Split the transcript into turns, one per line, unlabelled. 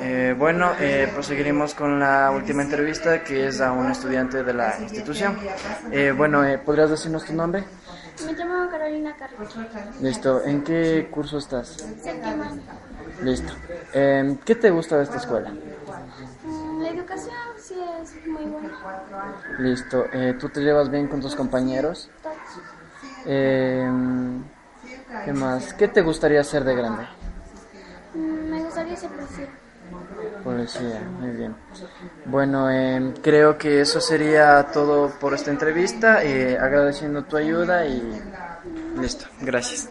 Eh, bueno, eh, proseguiremos con la última entrevista que es a un estudiante de la institución. Eh, bueno, eh, ¿podrías decirnos tu nombre?
Me llamo Carolina Carrillo.
Listo, ¿en qué curso estás?
Séptimo año.
Listo. Em, ¿Qué te gusta de esta escuela?
Mm, La educación sí es muy buena.
Listo, eh, ¿tú te llevas bien con tus compañeros?
Todos.
Em, ¿Qué más? ¿Qué te gustaría hacer de grande?
Mm, Me gustaría ser policía.
Policía, muy bien. Bueno, em, creo que eso sería todo por esta entrevista, eh, agradeciendo tu ayuda y listo, gracias.